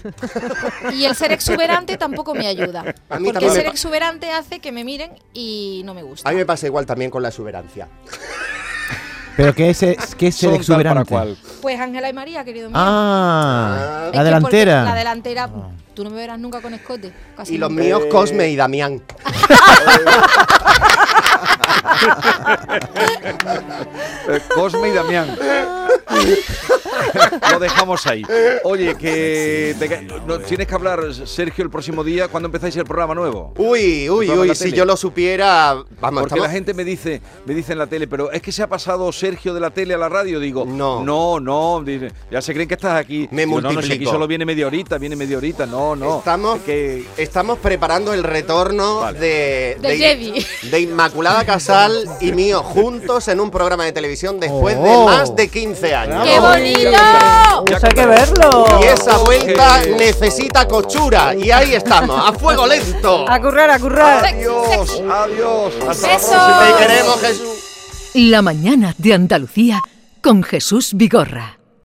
Speaker 4: Y el ser exuberante tampoco me ayuda.
Speaker 3: A mí
Speaker 4: Porque
Speaker 3: también
Speaker 4: ser
Speaker 3: me pa-
Speaker 4: exuberante hace que me miren y no me gusta.
Speaker 3: A mí me pasa igual también con la exuberancia.
Speaker 5: ¿Pero qué es, qué es
Speaker 2: Son
Speaker 5: ser
Speaker 2: tal
Speaker 5: exuberante?
Speaker 2: para cual.
Speaker 4: Pues Ángela y María, querido mío. Es
Speaker 5: Ah,
Speaker 4: que
Speaker 5: la
Speaker 4: porque
Speaker 5: delantera.
Speaker 4: La delantera. Tú no me verás nunca con escote. Casi
Speaker 3: Y los
Speaker 4: nunca.
Speaker 3: míos, Cosme y Damián.
Speaker 2: Eh, Cosme y Damián. Lo dejamos ahí. Oye, que te ca- no, tienes que hablar, Sergio, el próximo día cuando empezáis el programa nuevo.
Speaker 3: Uy, uy,
Speaker 2: Programa en la
Speaker 3: uy, si
Speaker 2: tele.
Speaker 3: yo lo supiera. Vamos,
Speaker 2: Porque la
Speaker 3: estamos-
Speaker 2: gente me dice, me dice en la tele, pero es que se ha pasado Sergio de la tele a la radio. Digo,
Speaker 3: No.
Speaker 2: no, no, dice, ya se creen que estás aquí.
Speaker 3: Me
Speaker 2: Digo, No, no, si aquí
Speaker 3: multiplico.
Speaker 2: solo viene media horita, viene media horita. No, no.
Speaker 3: Estamos,
Speaker 2: Es que
Speaker 3: estamos preparando el retorno
Speaker 2: Vale.
Speaker 3: de,
Speaker 4: Del Jedi.
Speaker 3: de Inmaculada Casal y mío juntos en un programa de televisión después
Speaker 5: Oh.
Speaker 3: de más de 15 años.
Speaker 4: ¡Qué bonito!
Speaker 6: Eso hay que verlo.
Speaker 3: Y esa vuelta
Speaker 2: Eh.
Speaker 3: necesita cochura. Y ahí estamos, a fuego lento.
Speaker 6: A currar, a currar.
Speaker 2: Adiós, adiós. Hasta la
Speaker 4: Besos.
Speaker 2: próxima.
Speaker 3: Te queremos, Jesús.
Speaker 1: La mañana de Andalucía con Jesús Vigorra.